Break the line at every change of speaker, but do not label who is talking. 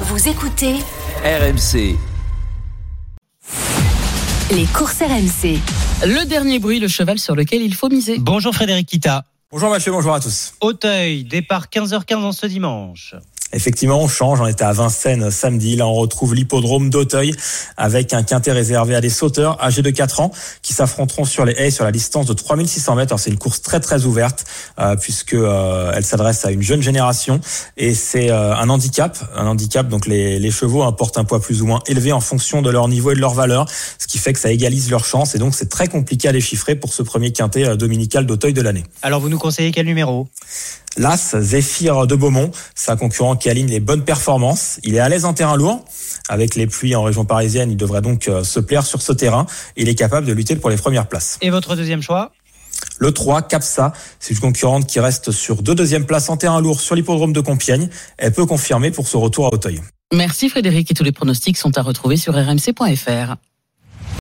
Vous écoutez
RMC.
les courses RMC.
Le dernier bruit, le cheval sur lequel il faut miser.
Bonjour Frédéric Kita.
Bonjour Mathieu, bonjour à tous.
Auteuil, départ 15h15 en ce dimanche.
Effectivement, on change. On était à Vincennes samedi. Là, on retrouve l'hippodrome d'Auteuil avec un quintet réservé à des sauteurs âgés de 4 ans qui s'affronteront sur les haies sur la distance de 3600 mètres. Alors, c'est une course très, très ouverte euh, puisque euh, elle s'adresse à une jeune génération et c'est euh, un handicap. Un handicap, donc les, les chevaux apportent un poids plus ou moins élevé en fonction de leur niveau et de leur valeur, ce qui fait que ça égalise leurs chances et donc c'est très compliqué à déchiffrer pour ce premier quintet euh, dominical d'Auteuil de l'année.
Alors vous nous conseillez quel numéro
L'As, Zéphyr de Beaumont, c'est un concurrent qui aligne les bonnes performances. Il est à l'aise en terrain lourd. Avec les pluies en région parisienne, il devrait donc euh, se plaire sur ce terrain. Il est capable de lutter pour les premières places.
Et votre deuxième choix
Le 3, Capsa, c'est une concurrente qui reste sur deux deuxièmes places en terrain lourd sur l'hippodrome de Compiègne. Elle peut confirmer pour ce retour à Auteuil.
Merci Frédéric et tous les pronostics sont à retrouver sur rmc.fr.